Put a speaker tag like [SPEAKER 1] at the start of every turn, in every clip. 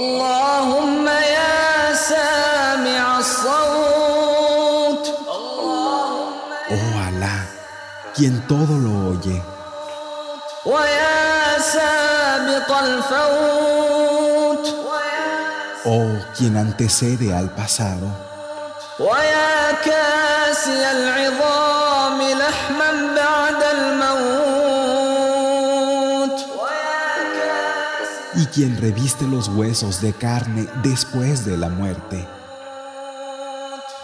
[SPEAKER 1] اللهم يا سامع الصوت
[SPEAKER 2] Oh Alá, quien todo lo oye
[SPEAKER 1] ويا سابق الفوت
[SPEAKER 2] Oh quien antecede al pasado
[SPEAKER 1] ويا كاسي العظام لحما بعد الموت
[SPEAKER 2] y quien reviste los huesos de carne después de la muerte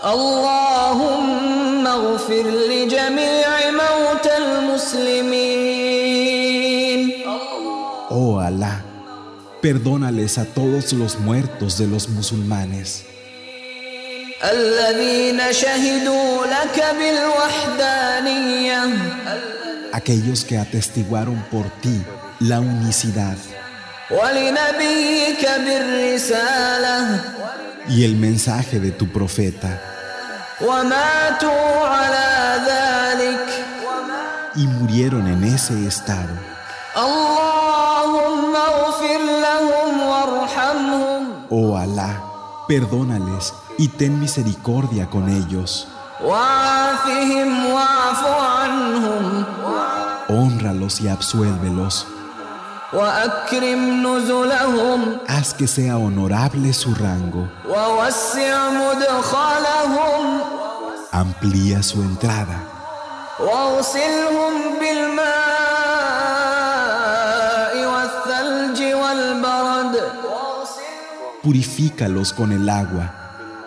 [SPEAKER 1] اللهم اغفر لجميع موتى المسلمين
[SPEAKER 2] Oh Alá, perdónales a todos los muertos de los musulmanes
[SPEAKER 1] الذين شهدوا لك بالوحدانية
[SPEAKER 2] aquellos que atestiguaron por ti la unicidad
[SPEAKER 1] ولنبيك بالرسالة
[SPEAKER 2] y el mensaje de tu profeta,
[SPEAKER 1] وماتوا على ذلك
[SPEAKER 2] y murieron en ese estado.
[SPEAKER 1] اللهم اغفر لهم وارحمهم
[SPEAKER 2] Oh Alá, perdónales y ten misericordia con ellos.
[SPEAKER 1] وعافهم واعف عنهم
[SPEAKER 2] Honralos y absuélvelos.
[SPEAKER 1] وأكرم نزلهم
[SPEAKER 2] Haz que sea honorable su rango.
[SPEAKER 1] ووسع مدخلهم
[SPEAKER 2] Amplía su entrada
[SPEAKER 1] واغسلهم بالماء والثلج والبرد
[SPEAKER 2] Purifícalos con el agua,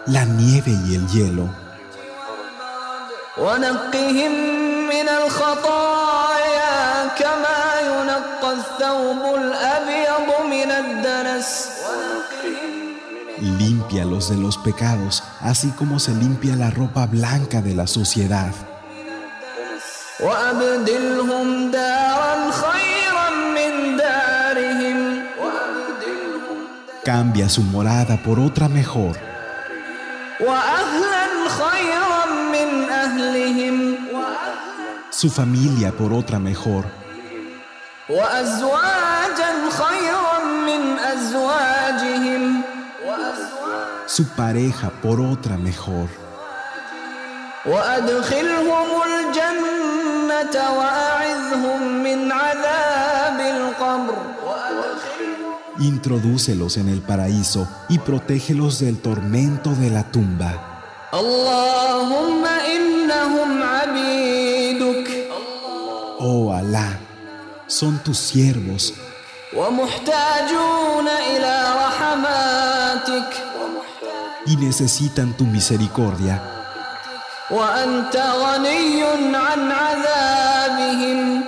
[SPEAKER 2] la nieve y el hielo.
[SPEAKER 1] ونقهم من الخطايا كما ينقى الثوب الأبيض من الدنس
[SPEAKER 2] Límpialos de los pecados, así como se limpia la ropa blanca de la suciedad.
[SPEAKER 1] وأبدلهم دارا خيرا من دارهم
[SPEAKER 2] Cambia su morada por otra mejor
[SPEAKER 1] وأهلا خيرا من أهلهم
[SPEAKER 2] su familia por otra mejor
[SPEAKER 1] وأزواجا خيرا من أزواجهم
[SPEAKER 2] su pareja por otra mejor.
[SPEAKER 1] وأدخلهم الجنة وأعذهم من عذاب القبر
[SPEAKER 2] Introdúcelos en el paraíso y protégelos del tormento de la tumba.
[SPEAKER 1] اللهم إنهم عبيدك
[SPEAKER 2] Oh Alá, son tus siervos
[SPEAKER 1] ومحتاجون إلى رحماتك
[SPEAKER 2] y necesitan tu misericordia
[SPEAKER 1] وأنت غني عن عذابهم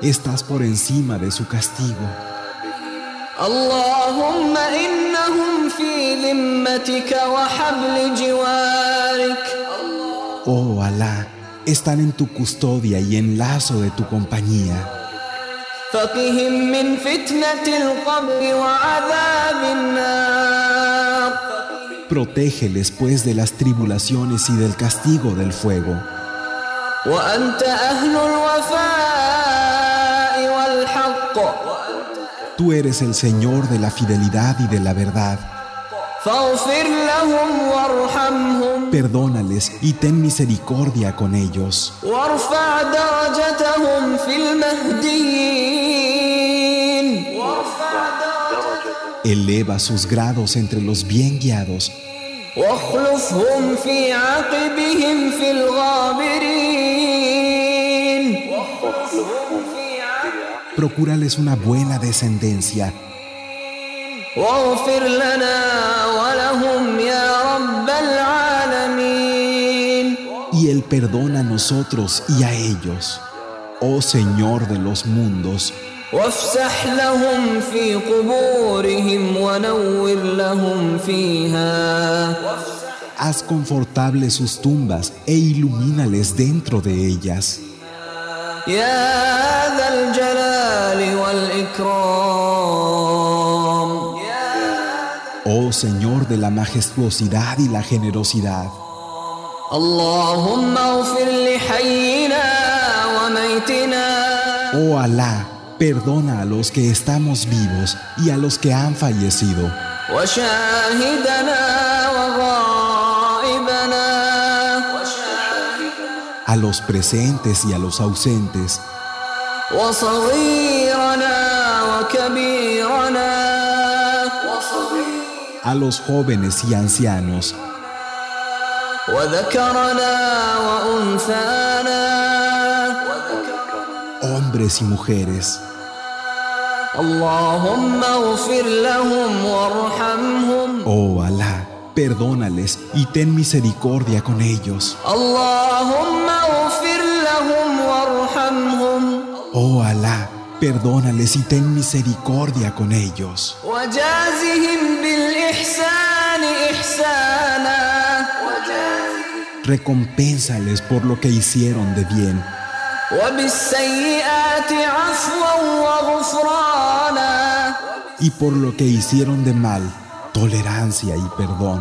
[SPEAKER 2] estás por encima de su castigo
[SPEAKER 1] اللهم إنهم في ذمتك وحبل جوارك
[SPEAKER 2] oh Alá están en tu custodia y en lazo de tu compañía
[SPEAKER 1] فقهم من فتنة القبر وعذاب النار
[SPEAKER 2] protégeles pues de las tribulaciones y del castigo del fuego
[SPEAKER 1] وأنت أهل الوفاء والحق
[SPEAKER 2] tú eres el Señor de la fidelidad y de la verdad
[SPEAKER 1] فاغفر لهم وارحمهم
[SPEAKER 2] Perdónales y ten misericordia con ellos.
[SPEAKER 1] وارفع درجتهم في المهديين
[SPEAKER 2] Eleva sus grados entre los bien guiados
[SPEAKER 1] واخلفهم في عقبهم في الغابرين
[SPEAKER 2] Procúrales una buena descendencia.
[SPEAKER 1] واغفر لنا ولهم يا رب العالمين
[SPEAKER 2] Y Él perdona a nosotros y a ellos. Oh Señor de los mundos,
[SPEAKER 1] وافسح لهم في قبورهم ونور لهم فيها
[SPEAKER 2] haz confortables sus tumbas e ilumínales dentro de ellas.
[SPEAKER 1] يا ذا الجلال والإكرام
[SPEAKER 2] Oh Señor de la majestuosidad y la generosidad,
[SPEAKER 1] اللهم اغفر لحينا وميتنا
[SPEAKER 2] oh Alá, Perdona a los que estamos vivos y a los que han fallecido,
[SPEAKER 1] وشاهدنا وغائبنا
[SPEAKER 2] a los presentes y a los ausentes,
[SPEAKER 1] وصغيرنا وكبيرنا
[SPEAKER 2] a los jóvenes y ancianos,
[SPEAKER 1] وذكرنا وأنثانا
[SPEAKER 2] hombres y mujeres.
[SPEAKER 1] اللهم اغفر لهم وارحمهم
[SPEAKER 2] Oh Alá, perdónales y ten misericordia con ellos.
[SPEAKER 1] اللهم اغفر لهم وارحمهم
[SPEAKER 2] Oh Alá, perdónales y ten misericordia con ellos.
[SPEAKER 1] وجازهم بالإحسان إحسانا
[SPEAKER 2] Recompénsales por lo que hicieron de bien
[SPEAKER 1] وبالسيئات عفوا وغفرانا
[SPEAKER 2] y por lo que hicieron de mal, tolerancia y perdón.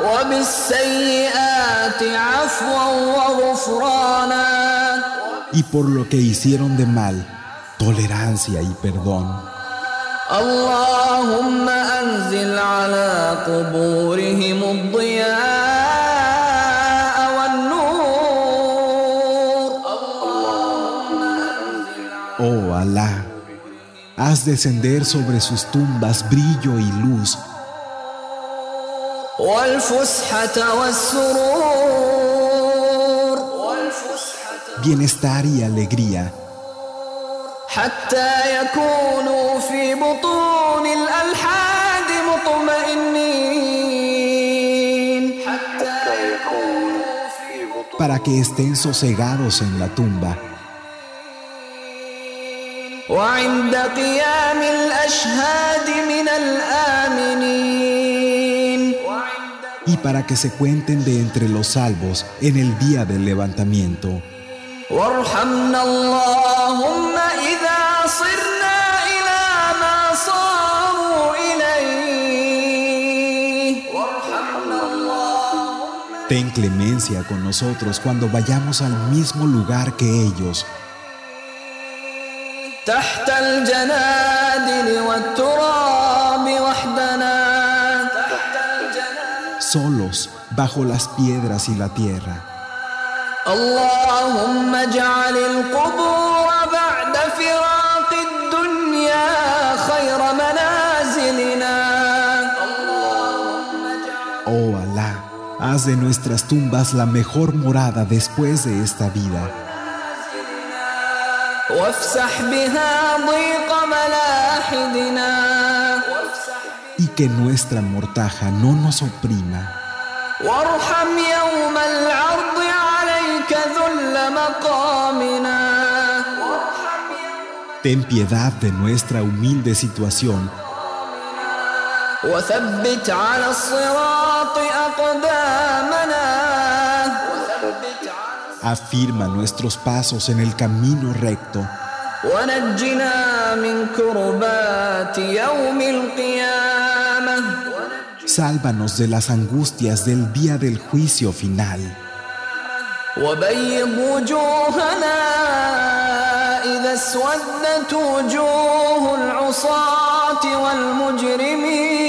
[SPEAKER 1] وبالسيئات عفوا وغفرانا
[SPEAKER 2] Y por lo que hicieron de mal, tolerancia y perdón.
[SPEAKER 1] اللهم أنزل على قبورهم الضياء والنور
[SPEAKER 2] Oh Alá, haz descender sobre sus tumbas brillo y luz
[SPEAKER 1] والفسحة والسرور
[SPEAKER 2] bienestar y alegría
[SPEAKER 1] حتى يكونوا في بطون الألحاد مطمئنين حتى يكونوا في بطون
[SPEAKER 2] para que estén sosegados en la tumba
[SPEAKER 1] وعند قيام الأشهاد من الآمنين
[SPEAKER 2] y para que se cuenten de entre los salvos en el día del levantamiento.
[SPEAKER 1] وارحمنا اللهم إذا صرنا إلى ما صاروا إليه وارحمنا اللهم
[SPEAKER 2] Ten clemencia con nosotros cuando vayamos al mismo lugar que ellos,
[SPEAKER 1] تحت الجنادل والتراب وحدنا تحت الجنادل
[SPEAKER 2] solos, bajo las piedras y la tierra.
[SPEAKER 1] اللهم اجعل القبور بعد فراق الدنيا خير منازلنا
[SPEAKER 2] Oh Alá, haz de nuestras tumbas la mejor morada después de esta vida
[SPEAKER 1] وافسح بها ضيق ملاحدنا
[SPEAKER 2] y que nuestra mortaja no nos oprima
[SPEAKER 1] وارحم يوم العرض عليك ذل مقامنا
[SPEAKER 2] Ten piedad de nuestra humilde situación
[SPEAKER 1] وثبت على الصراط أقدامنا
[SPEAKER 2] Afirma nuestros pasos en el camino recto
[SPEAKER 1] ونجنا من كربات يوم القيامة
[SPEAKER 2] Sálvanos de las angustias del día del juicio final
[SPEAKER 1] وبيض وجوهنا إذا اسودت وجوه العصاة والمجرمين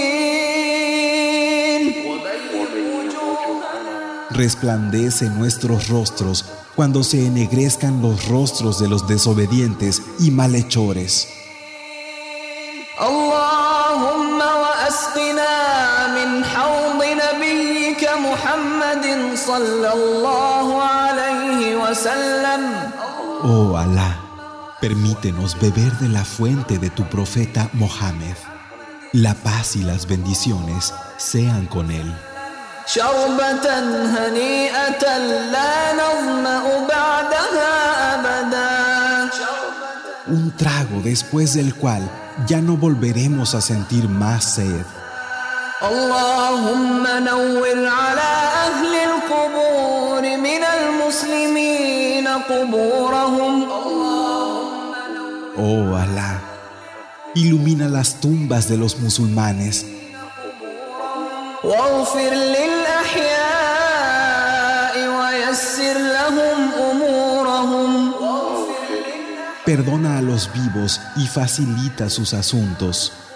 [SPEAKER 2] Resplandece nuestros rostros cuando se ennegrezcan los rostros de los desobedientes y malhechores
[SPEAKER 1] اللهم وأسقنا من حوض نبيك محمد صلى الله عليه وسلم
[SPEAKER 2] Oh Alá, permítenos beber de la fuente de tu profeta Mohammed La paz y las bendiciones sean con él
[SPEAKER 1] شربة هنيئة لا نظمأ بعدها أبدا
[SPEAKER 2] Un trago después del cual ya no volveremos a sentir más sed
[SPEAKER 1] اللهم نور على أهل القبور من المسلمين قبورهم
[SPEAKER 2] Oh Alá, ilumina las tumbas de los musulmanes
[SPEAKER 1] واغفر للأحياء ويسر لهم أمورهم
[SPEAKER 2] perdona a los vivos y facilita sus asuntos.